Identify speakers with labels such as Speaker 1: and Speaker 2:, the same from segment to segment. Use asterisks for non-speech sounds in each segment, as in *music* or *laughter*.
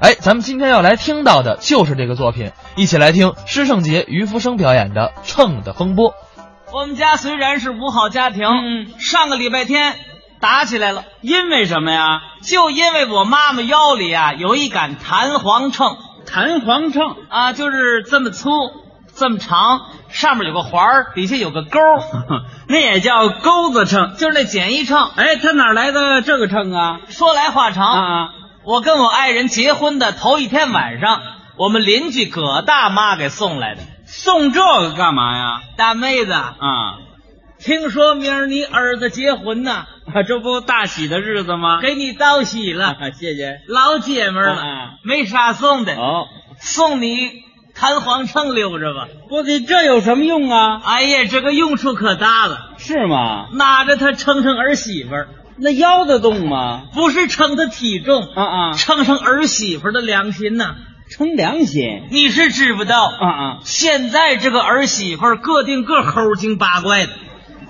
Speaker 1: 哎，咱们今天要来听到的就是这个作品，一起来听施圣杰、于福生表演的《秤的风波》。
Speaker 2: 我们家虽然是五好家庭，
Speaker 1: 嗯
Speaker 2: 上个礼拜天打起来了，
Speaker 3: 因为什么呀？
Speaker 2: 就因为我妈妈腰里啊有一杆弹簧秤
Speaker 3: 弹簧秤，
Speaker 2: 啊，就是这么粗，这么长，上面有个环儿，底下有个钩儿，
Speaker 3: *laughs* 那也叫钩子秤。
Speaker 2: 就是那简易秤。
Speaker 3: 哎，他哪来的这个秤啊？
Speaker 2: 说来话长，
Speaker 3: 啊，
Speaker 2: 我跟我爱人结婚的头一天晚上，我们邻居葛大妈给送来的。
Speaker 3: 送这个干嘛呀？
Speaker 2: 大妹子，
Speaker 3: 啊， *laughs*
Speaker 2: 听说明儿你儿子结婚呢，
Speaker 3: 啊这不大喜的日子吗？
Speaker 2: 给你道喜
Speaker 3: *laughs*
Speaker 2: 了，
Speaker 3: 啊 *laughs* 谢谢。
Speaker 2: 老姐们儿了，
Speaker 3: 啊
Speaker 2: 没啥送的。
Speaker 3: 哦，
Speaker 2: 送你弹簧秤溜着吧。
Speaker 3: 我得这有什么用啊？
Speaker 2: 哎呀，这个用处可大了，
Speaker 3: 是吗？
Speaker 2: 拿着它称称儿媳妇儿，
Speaker 3: 那腰得动吗？
Speaker 2: 不是称她体重，
Speaker 3: 啊啊，
Speaker 2: 称称儿媳妇儿的良心呐、
Speaker 3: 称良心。
Speaker 2: 你是知不道，
Speaker 3: 啊啊，
Speaker 2: 现在这个儿媳妇儿个定个猴精八怪的，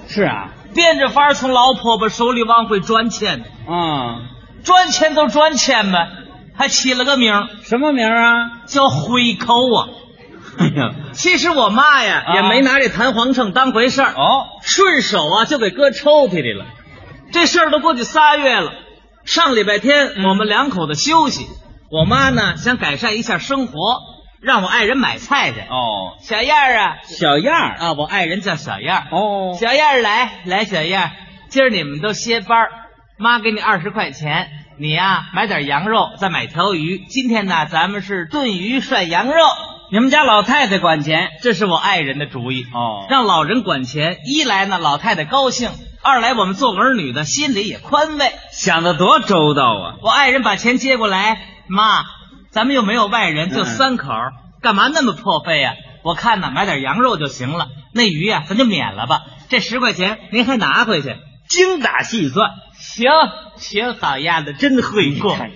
Speaker 3: 是啊，
Speaker 2: 变着法儿从老婆婆手里往回赚钱，
Speaker 3: 啊，
Speaker 2: 赚钱都赚钱呗，还起了个名儿
Speaker 3: 什么名儿啊？
Speaker 2: 叫灰抠啊。
Speaker 3: *laughs* 哎呀，
Speaker 2: 其实我妈呀、
Speaker 3: 啊
Speaker 2: 也没拿这弹簧秤当回事儿，
Speaker 3: 哦，
Speaker 2: 顺手啊就给搁抽屉里了。这事儿都过去仨月了，上礼拜
Speaker 3: 嗯
Speaker 2: 天我们两口子休息，我妈呢想改善一下生活，让我爱人买菜去。
Speaker 3: 哦，
Speaker 2: 小燕儿啊
Speaker 3: 小样儿。
Speaker 2: 啊，我爱人叫小燕儿。
Speaker 3: 哦，
Speaker 2: 小燕儿来来，小燕儿，今儿你们都歇班儿，妈给你二十块钱，你呀、买点羊肉，再买条鱼。今天呢，咱们是炖鱼涮羊肉。
Speaker 3: 你们家老太太管钱。
Speaker 2: 这是我爱人的主意
Speaker 3: 哦
Speaker 2: 让老人管钱，一来呢老太太高兴，二来我们做儿女的心里也宽慰。
Speaker 3: 想的多周到啊！
Speaker 2: 我爱人把钱接过来，妈，咱们又没有外人，就
Speaker 3: 嗯
Speaker 2: 三口儿，干嘛那么破费呀、我看呢，买点羊肉就行了，那鱼呀、咱就免了吧。这十块钱您还拿回去。
Speaker 3: 精打细算。
Speaker 2: 行行，好丫的，真会过
Speaker 3: 你看。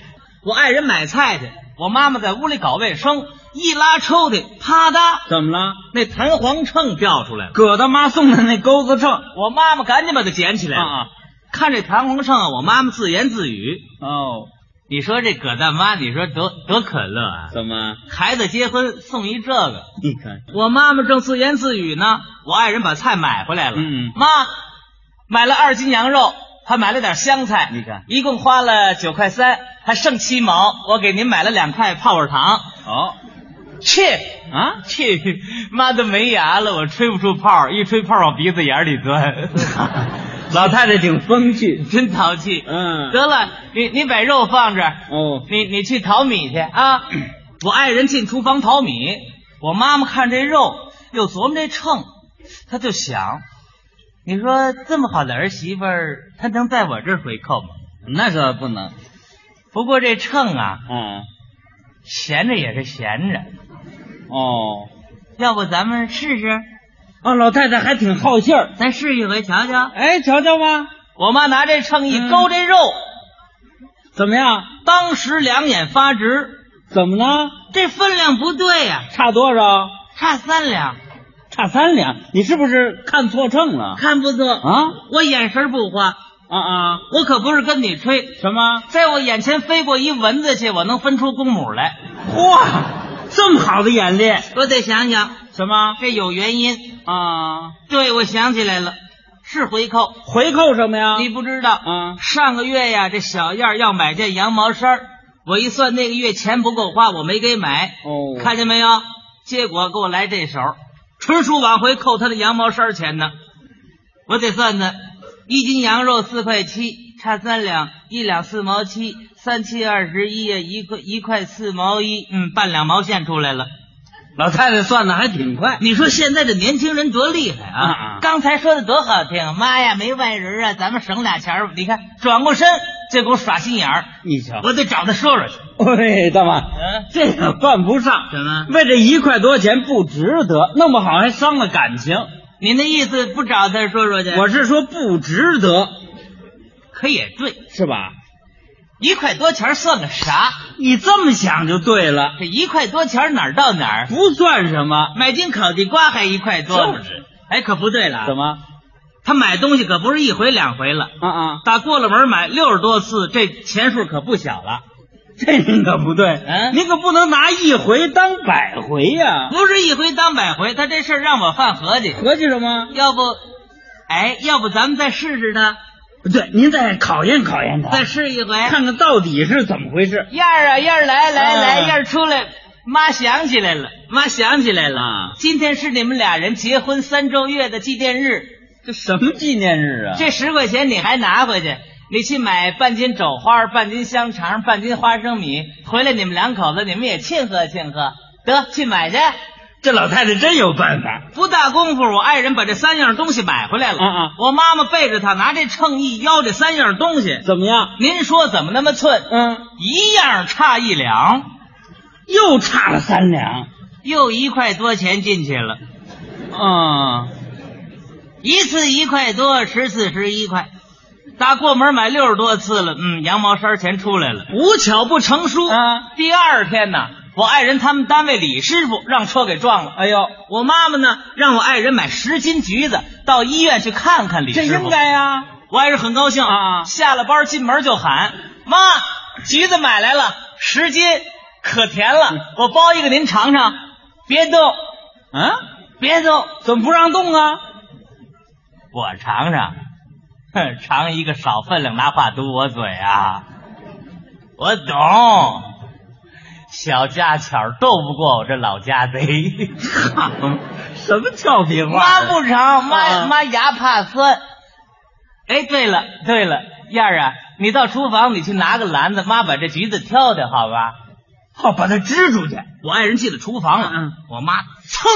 Speaker 2: 我爱人买菜去，我妈妈在屋里搞卫生，一拉抽屉，啪嗒，
Speaker 3: 怎么了？
Speaker 2: 那弹簧秤掉出来了。
Speaker 3: 葛大妈送的那钩子秤
Speaker 2: 我妈妈赶紧把它捡起来了。
Speaker 3: 啊！
Speaker 2: 看这弹簧秤啊，我妈妈自言自语
Speaker 3: 哦，：“
Speaker 2: 你说这葛大妈，你说多多可乐啊！
Speaker 3: 怎么？
Speaker 2: 孩子结婚送一这个。
Speaker 3: 你看”
Speaker 2: 我妈妈正自言自语呢，我爱人把菜买回来了。
Speaker 3: 嗯
Speaker 2: 妈，买了二斤羊肉，还买了点香菜。
Speaker 3: 你看
Speaker 2: 一共花了九块三，还剩七毛。我给您买了两块泡泡糖。
Speaker 3: 哦
Speaker 2: 去
Speaker 3: 啊！
Speaker 2: 去，妈都没牙了，我吹不出泡，一吹泡往鼻子眼里钻。
Speaker 3: *laughs* 老太太挺风趣。
Speaker 2: *laughs* 真淘气。
Speaker 3: 嗯
Speaker 2: 得了，你你把肉放这儿，
Speaker 3: 哦，
Speaker 2: 你你去淘米去啊！我爱人进厨房淘米，我妈妈看这肉又琢磨这秤，她就想，你说这么好的儿媳妇儿，她能在我这儿回扣吗？
Speaker 3: 那可不能
Speaker 2: 不过这秤啊，
Speaker 3: 啊！
Speaker 2: 闲着也是闲着，
Speaker 3: 哦
Speaker 2: 要不咱们试试？
Speaker 3: 哦，老太太还挺好信儿。
Speaker 2: 咱试一回瞧瞧。
Speaker 3: 哎，瞧瞧吧，
Speaker 2: 我妈拿这秤一勾这肉，
Speaker 3: 怎么样？
Speaker 2: 当时两眼发直，
Speaker 3: 怎么了？
Speaker 2: 这分量不对呀、
Speaker 3: 差多少？
Speaker 2: 差三两，
Speaker 3: 差三两。你是不是看错秤了？
Speaker 2: 看不错。
Speaker 3: 啊
Speaker 2: 我眼神不花，
Speaker 3: 啊啊！
Speaker 2: 我可不是跟你吹，
Speaker 3: 什么？
Speaker 2: 在我眼前飞过一蚊子去，我能分出公母来。
Speaker 3: 嚯，这么好的眼力！
Speaker 2: 我得想想，
Speaker 3: 什么
Speaker 2: 这有原因。
Speaker 3: 啊？
Speaker 2: 对，我想起来了，是回扣。
Speaker 3: 回扣什么呀？
Speaker 2: 你不知道，
Speaker 3: 啊
Speaker 2: 上个月呀，这小燕儿要买件羊毛衫儿，我一算那个月钱不够花，我没给买。
Speaker 3: 哦
Speaker 2: 看见没有？结果给我来这手，纯属往回扣她的羊毛衫儿钱呢。我得算算，一斤羊肉四块七，差三两，一两四毛七，三七二十一呀，一块一块四毛一，嗯，半两毛线出来了。
Speaker 3: 老太太算的还挺快。
Speaker 2: 你说现在的年轻人多厉害啊！
Speaker 3: 啊啊
Speaker 2: 刚才说的多好听，妈呀，没外人啊，咱们省俩钱儿。你看，转过身就给我耍心眼儿，
Speaker 3: 你瞧，
Speaker 2: 我得找他说说去。
Speaker 3: 喂，大妈，
Speaker 2: 嗯，
Speaker 3: 这个犯不上，
Speaker 2: 怎么
Speaker 3: 为这一块多钱不值得，弄不好还伤了感情。
Speaker 2: 您的意思不找他说说去？
Speaker 3: 我是说不值得，
Speaker 2: 可也对，
Speaker 3: 是吧？
Speaker 2: 一块多钱儿算个啥？
Speaker 3: 你这么想就对了，
Speaker 2: 这一块多钱儿哪儿到哪儿？
Speaker 3: 不算什么。
Speaker 2: 买斤烤地瓜还一块多，
Speaker 3: 就是。
Speaker 2: 哎，可不对了啊，
Speaker 3: 怎么
Speaker 2: 他买东西可不是一回两回了，
Speaker 3: 啊啊？ *laughs*
Speaker 2: 打过了门买六十多次，这钱数可不小了。
Speaker 3: 这您可不对，
Speaker 2: 嗯
Speaker 3: 您可不能拿一回当百回呀、
Speaker 2: 不是一回当百回，他这事儿让我犯合计，
Speaker 3: 合计什么？
Speaker 2: 要不，哎，要不咱们再试试他，
Speaker 3: 对，您再考验考验他，
Speaker 2: 再试一回。
Speaker 3: 看看到底是怎么回事。
Speaker 2: 燕儿啊，燕儿来来来，
Speaker 3: 嗯
Speaker 2: 燕儿出来，妈想起来了，妈想起来了，
Speaker 3: 啊
Speaker 2: 今天是你们俩人结婚三周月的纪念日，
Speaker 3: 这什么纪念日啊？
Speaker 2: 这十块钱你还拿回去。你去买半斤肘花、半斤香肠、半斤花生米，回来你们两口子你们也庆贺庆贺。得去买去，
Speaker 3: 这老太太真有办法。
Speaker 2: 不大功夫，我爱人把这三样东西买回来了。
Speaker 3: 嗯嗯
Speaker 2: 我妈妈背着他拿这秤一腰，这三样东西，
Speaker 3: 怎么样？
Speaker 2: 您说怎么那么寸？
Speaker 3: 嗯，
Speaker 2: 一样差一两，
Speaker 3: 又差了三两。
Speaker 2: 又一块多钱进去了。
Speaker 3: 啊、
Speaker 2: 一次一块多，十次十一块。打过门买六十多次了，嗯，羊毛衫钱出来了，无巧不成书
Speaker 3: 啊！
Speaker 2: 第二天呢，我爱人他们单位李师傅让车给撞了，
Speaker 3: 哎呦，
Speaker 2: 我妈妈呢让我爱人买十斤橘子到医院去看看李
Speaker 3: 这
Speaker 2: 师傅。
Speaker 3: 应该啊呀、
Speaker 2: 我爱人很高兴
Speaker 3: 啊
Speaker 2: 下了班进门就喊妈，橘子买来了十斤，可甜
Speaker 3: 嗯
Speaker 2: 了，我剥一个您尝尝，别动，嗯
Speaker 3: 啊，
Speaker 2: 别动，
Speaker 3: 怎么不让动啊？
Speaker 2: 我尝尝，哼，尝一个少分量，拿话堵我嘴啊！我懂，小家巧儿斗不过我这老家贼。 *laughs*
Speaker 3: 什么俏皮
Speaker 2: 妈
Speaker 3: 话？
Speaker 2: 不尝，妈
Speaker 3: 啊
Speaker 2: 妈牙怕酸。嗯哎，对了对了，燕儿啊，你到厨房你去拿个篮子，妈把这橘子挑挑，好吧？
Speaker 3: 好，把它支出去，
Speaker 2: 我爱人进了厨房了，
Speaker 3: 嗯嗯
Speaker 2: 我妈噌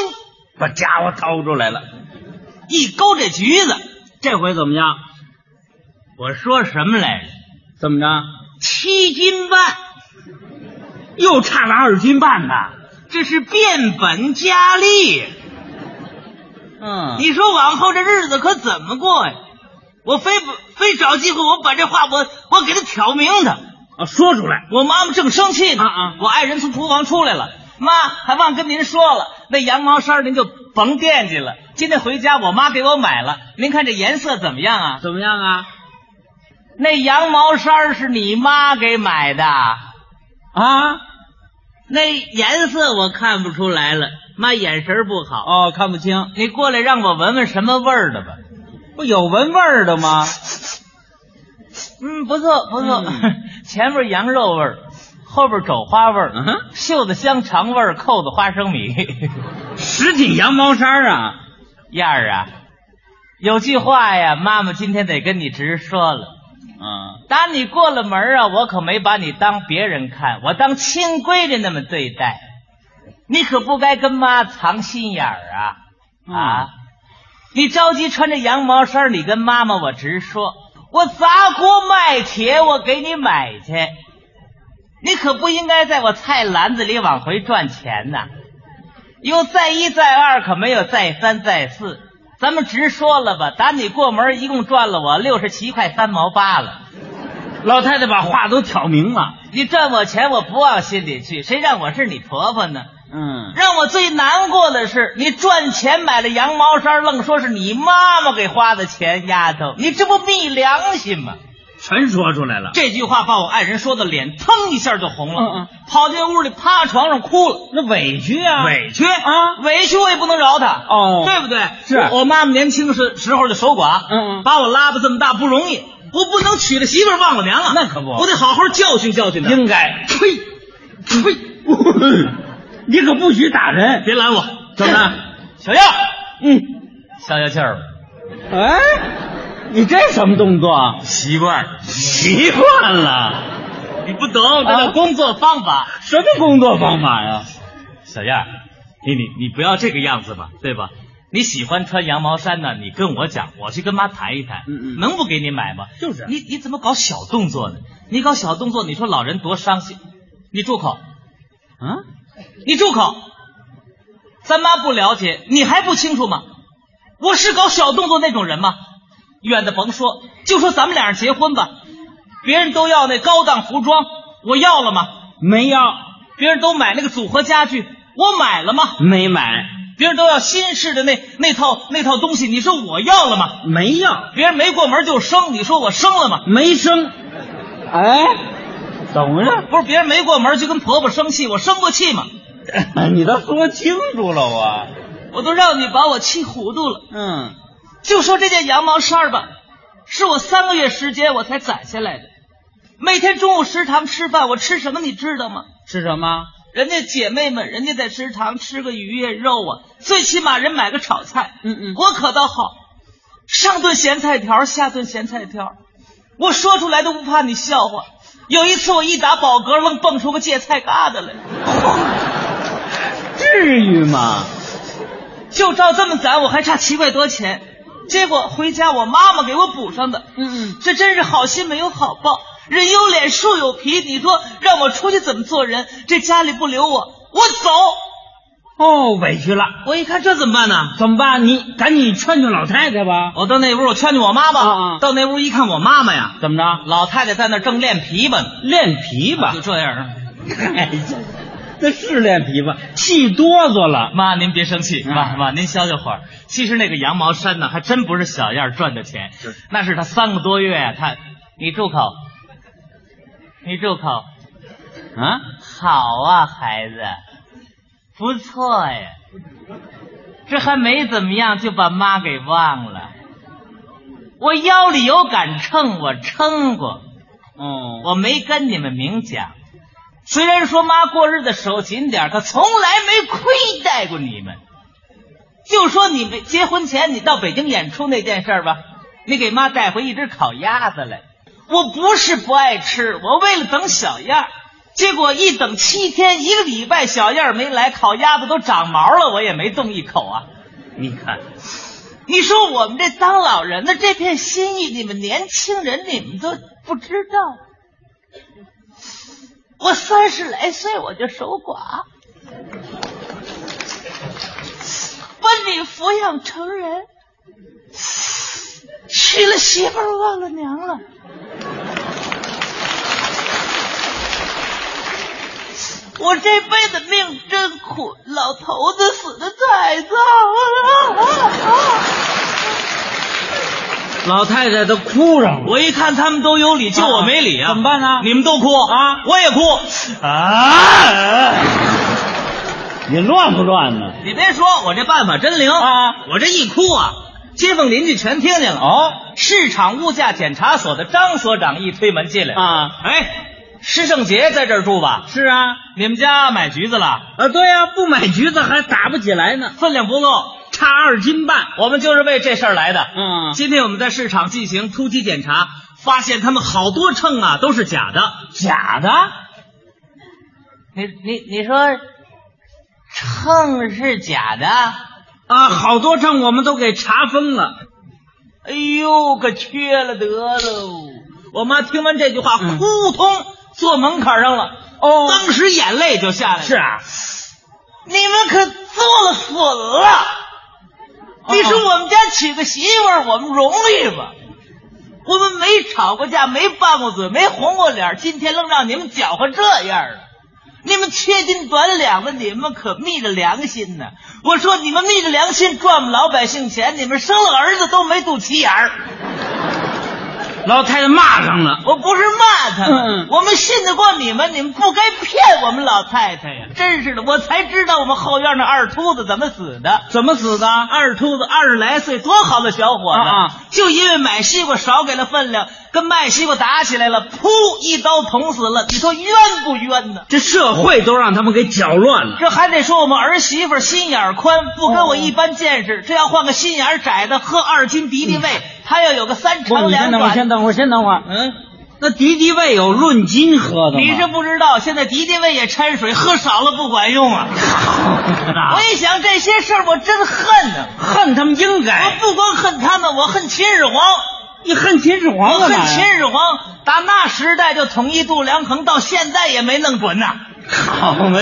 Speaker 3: 把家伙掏出来了。
Speaker 2: 一勾这橘子，
Speaker 3: 这回怎么样？
Speaker 2: 我说什么来着？
Speaker 3: 怎么着？
Speaker 2: 七斤半。
Speaker 3: 又差了二斤半呢。
Speaker 2: 这是变本加厉。
Speaker 3: 嗯
Speaker 2: 你说往后这日子可怎么过呀？我非不非找机会，我把这话我我给他挑明他。
Speaker 3: 啊，说出来。
Speaker 2: 我妈妈正生气呢，
Speaker 3: 啊啊
Speaker 2: 我爱人从厨房出来了，妈还忘跟您说了，那羊毛衫儿您就甭惦记了。今天回家我妈给我买了，您看这颜色怎么样啊？
Speaker 3: 怎么样啊？
Speaker 2: 那羊毛衫儿是你妈给买的，
Speaker 3: 啊？
Speaker 2: 那颜色我看不出来了，妈眼神儿不好。
Speaker 3: 哦，看不清，
Speaker 2: 你过来让我闻闻什么味儿的吧。
Speaker 3: 不有闻味儿的吗？
Speaker 2: 嗯，不错不错，
Speaker 3: 嗯
Speaker 2: *laughs* 前面羊肉味儿，后边肘花味儿，
Speaker 3: 嗯哼
Speaker 2: 袖子香肠味儿，扣子花生米。 *laughs*
Speaker 3: 十斤羊毛衫儿啊！
Speaker 2: 燕儿啊，有句话呀，妈妈今天得跟你直说了。
Speaker 3: 嗯，
Speaker 2: 打你过了门儿啊，我可没把你当别人看，我当亲闺女那么对待。你可不该跟妈藏心眼儿啊、啊！你着急穿着羊毛衫儿，你跟妈妈我直说，我砸锅卖铁，我给你买去。你可不应该在我菜篮子里往回赚钱呐、有再一再二，可没有再三再四。咱们直说了吧，打你过门儿一共赚了我六十七块三毛八了。
Speaker 3: 老太太把话都挑明了。
Speaker 2: 你赚我钱，我不往心里去。谁让我是你婆婆呢？
Speaker 3: 嗯，
Speaker 2: 让我最难过的是，你赚钱买了羊毛衫，愣说是你妈妈给花的钱。丫头，你这不昧良心吗？
Speaker 3: 全说出来了。
Speaker 2: 这句话把我爱人说的脸腾一下就红了，
Speaker 3: 嗯嗯
Speaker 2: 跑进屋里趴床上哭了。
Speaker 3: 那委屈啊，
Speaker 2: 委屈
Speaker 3: 啊
Speaker 2: 委屈我也不能饶他，
Speaker 3: 哦
Speaker 2: 对不对？
Speaker 3: 是
Speaker 2: 我我妈妈年轻时时候就守寡，
Speaker 3: 嗯嗯
Speaker 2: 把我拉吧这么大不容易，我不能娶了媳妇儿忘了娘啊，
Speaker 3: 那可不
Speaker 2: 我得好好教训教训他。
Speaker 3: 应该。
Speaker 2: 呸！呸！
Speaker 3: *laughs* 你可不许打人。
Speaker 2: 别拦我，
Speaker 3: 怎么了？
Speaker 2: 小样，
Speaker 3: 嗯，
Speaker 2: 消消气儿吧。
Speaker 3: 哎，你这什么动作？啊
Speaker 2: 习惯，
Speaker 3: *laughs* 习惯了。
Speaker 2: 你不懂这叫工作方法。
Speaker 3: 什么工作方法呀？
Speaker 2: 小样，你你你不要这个样子吧，对吧？你喜欢穿羊毛衫呢，你跟我讲，我去跟妈谈一谈，
Speaker 3: 嗯嗯
Speaker 2: 能不给你买吗？
Speaker 3: 就是啊
Speaker 2: 你你怎么搞小动作呢？你搞小动作，你说老人多伤心。你住口！
Speaker 3: 啊，
Speaker 2: 你住口！咱妈不了解，你还不清楚吗？我是搞小动作那种人吗？远的甭说，就说咱们俩人结婚吧，别人都要那高档服装，我要了吗？
Speaker 3: 没要，
Speaker 2: 别人都买那个组合家具，我买了吗？
Speaker 3: 没买，
Speaker 2: 别人都要新式的那那套那套东西，你说我要了吗？
Speaker 3: 没要，
Speaker 2: 别人没过门就生，你说我生了吗？
Speaker 3: 没生。哎，怎么着？
Speaker 2: 不是别人没过门就跟婆婆生气，我生过气吗？
Speaker 3: 哎你倒说清楚了啊！
Speaker 2: 我都让你把我气糊涂了。
Speaker 3: 嗯，
Speaker 2: 就说这件羊毛衫儿吧，是我三个月时间我才攒下来的。每天中午食堂吃饭，我吃什么你知道吗？
Speaker 3: 是什么？
Speaker 2: 人家姐妹们，人家在食堂吃个鱼呀肉啊，最起码人买个炒菜。
Speaker 3: 嗯嗯
Speaker 2: 我可倒好，上顿咸菜条，下顿咸菜条，我说出来都不怕你笑话。有一次我一打饱嗝，愣蹦出个芥菜疙瘩来，
Speaker 3: 至于吗？
Speaker 2: 就照这么攒，我还差七块多钱。结果回家我妈妈给我补上的，
Speaker 3: 嗯嗯，
Speaker 2: 这真是好心没有好报，人有脸树有皮。你说让我出去怎么做人？这家里不留我，我走。
Speaker 3: 哦，委屈了，
Speaker 2: 我一看这怎么办呢？
Speaker 3: 怎么办？你赶紧劝劝老太太吧。
Speaker 2: 我到那屋，我劝劝我妈吧。
Speaker 3: 啊啊
Speaker 2: 到那屋一看，我妈妈呀，
Speaker 3: 怎么着？
Speaker 2: 老太太在那儿正练琵琶呢，
Speaker 3: 练琵
Speaker 2: 就
Speaker 3: *laughs* 琶？
Speaker 2: 这样啊。
Speaker 3: 哎呀，那是练琵琶，气哆嗦了。
Speaker 2: 妈，您别生气，
Speaker 3: 嗯
Speaker 2: 妈妈您消消火儿。其实那个羊毛衫呢，还真不是小燕儿赚的钱，那是她三个多月呀、她，你住口，你住口，
Speaker 3: 啊，
Speaker 2: 好啊，孩子，不错呀，这还没怎么样就把妈给忘了。我腰里有杆秤，我称过。
Speaker 3: 哦，
Speaker 2: 我没跟你们明讲。虽然说妈过日子手紧点儿，可从来没亏待过你们。就说你们结婚前你到北京演出那件事儿吧，你给妈带回一只烤鸭子来。我不是不爱吃，我为了等小燕儿，结果一等七天一个礼拜，小燕儿没来，烤鸭子都长毛了，我也没动一口啊。
Speaker 3: 你看，
Speaker 2: 你说我们这当老人的这片心意，你们年轻人你们都不知道。我三十来岁我就守寡，把你抚养成人，娶了媳妇儿忘了娘了。我这辈子命真苦，老头子死的太早了。
Speaker 3: 老太太都哭上了。
Speaker 2: 我一看他们都有理，就我没理啊，
Speaker 3: 怎么办呢
Speaker 2: 你们都哭
Speaker 3: 啊
Speaker 2: 我也哭。
Speaker 3: 啊！你乱不乱呢？
Speaker 2: 你别说，我这办法真灵
Speaker 3: 啊！
Speaker 2: 我这一哭啊，街坊邻居全听见了。哦，市场物价检查所的张所长一推门进来，
Speaker 3: 啊，
Speaker 2: 哎，施胜杰在这儿住吧？
Speaker 3: 是啊，
Speaker 2: 你们家买橘子了，
Speaker 3: 啊，对呀、不买橘子还打不起来呢，
Speaker 2: 分量不够，
Speaker 3: 差二斤半。
Speaker 2: 我们就是为这事儿来的。
Speaker 3: 嗯
Speaker 2: 今天我们在市场进行突击检查，发现他们好多秤啊都是假的。
Speaker 3: 假的？
Speaker 2: 你你你说，秤是假的？
Speaker 3: 啊，好多秤我们都给查封了。
Speaker 2: 哎呦，可缺了得喽！我妈听完这句话，
Speaker 3: 嗯
Speaker 2: 扑通坐门槛上了，
Speaker 3: 哦
Speaker 2: 当时眼泪就下来了。
Speaker 3: 是，啊，
Speaker 2: 你们可做了损了！
Speaker 3: 哦
Speaker 2: 你说我们家娶个媳妇儿，我们容易吗？我们没吵过架，没拌过嘴，没红过脸，今天愣让你们搅和这样了。你们缺斤短两的，你们可昧着良心呢！我说你们昧着良心赚我们老百姓钱，你们生了儿子都没肚脐眼儿。
Speaker 3: 老太太骂上了。
Speaker 2: 我不是骂他们，
Speaker 3: 嗯
Speaker 2: 我们信得过你们，你们不该骗我们老太太呀！真是的，我才知道我们后院那二秃子怎么死的。
Speaker 3: 怎么死的？
Speaker 2: 二秃子二十来岁，多好的小伙子，
Speaker 3: 啊啊
Speaker 2: 就因为买西瓜少给了分量，跟卖西瓜打起来了，噗，一刀捅死了。你说冤不冤呢？
Speaker 3: 这社会都让他们给搅乱了。
Speaker 2: 这还得说我们儿媳妇心眼儿宽，不
Speaker 3: 哦
Speaker 2: 跟我一般见识。这要换个心眼儿窄的，喝二斤敌敌畏，她要有个三
Speaker 3: 不，
Speaker 2: 长
Speaker 3: 嗯你先
Speaker 2: 两
Speaker 3: 等会儿，
Speaker 2: 短
Speaker 3: 先。等会儿，先等会儿。
Speaker 2: 嗯，
Speaker 3: 那敌敌畏有论斤喝的吗
Speaker 2: 你
Speaker 3: *laughs*
Speaker 2: 是不知道，现在敌敌畏也掺水，喝少了不管用啊。我一想这些事儿，我真恨呐、
Speaker 3: 啊恨他们应
Speaker 2: 我
Speaker 3: 该，
Speaker 2: 不光恨他们，我恨秦始皇。
Speaker 3: 你恨秦始皇
Speaker 2: 我
Speaker 3: 干嘛
Speaker 2: 恨
Speaker 3: 呀？
Speaker 2: 秦始皇，打那时代就统一度量衡，到现在也没弄准呐、
Speaker 3: 好嘛，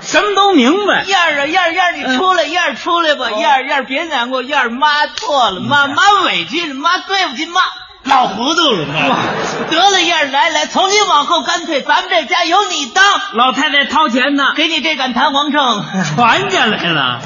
Speaker 3: 什么都明白。
Speaker 2: 燕儿啊，燕儿燕儿，你出来，燕儿出来吧，燕儿燕儿别难过，燕儿妈错了，妈妈委屈了，妈对不起妈。老糊涂了，得了，燕儿来来，从今往后干脆咱们这家有你当，
Speaker 3: 老太太掏钱呢，
Speaker 2: 给你这杆弹簧秤。
Speaker 3: 传下来了。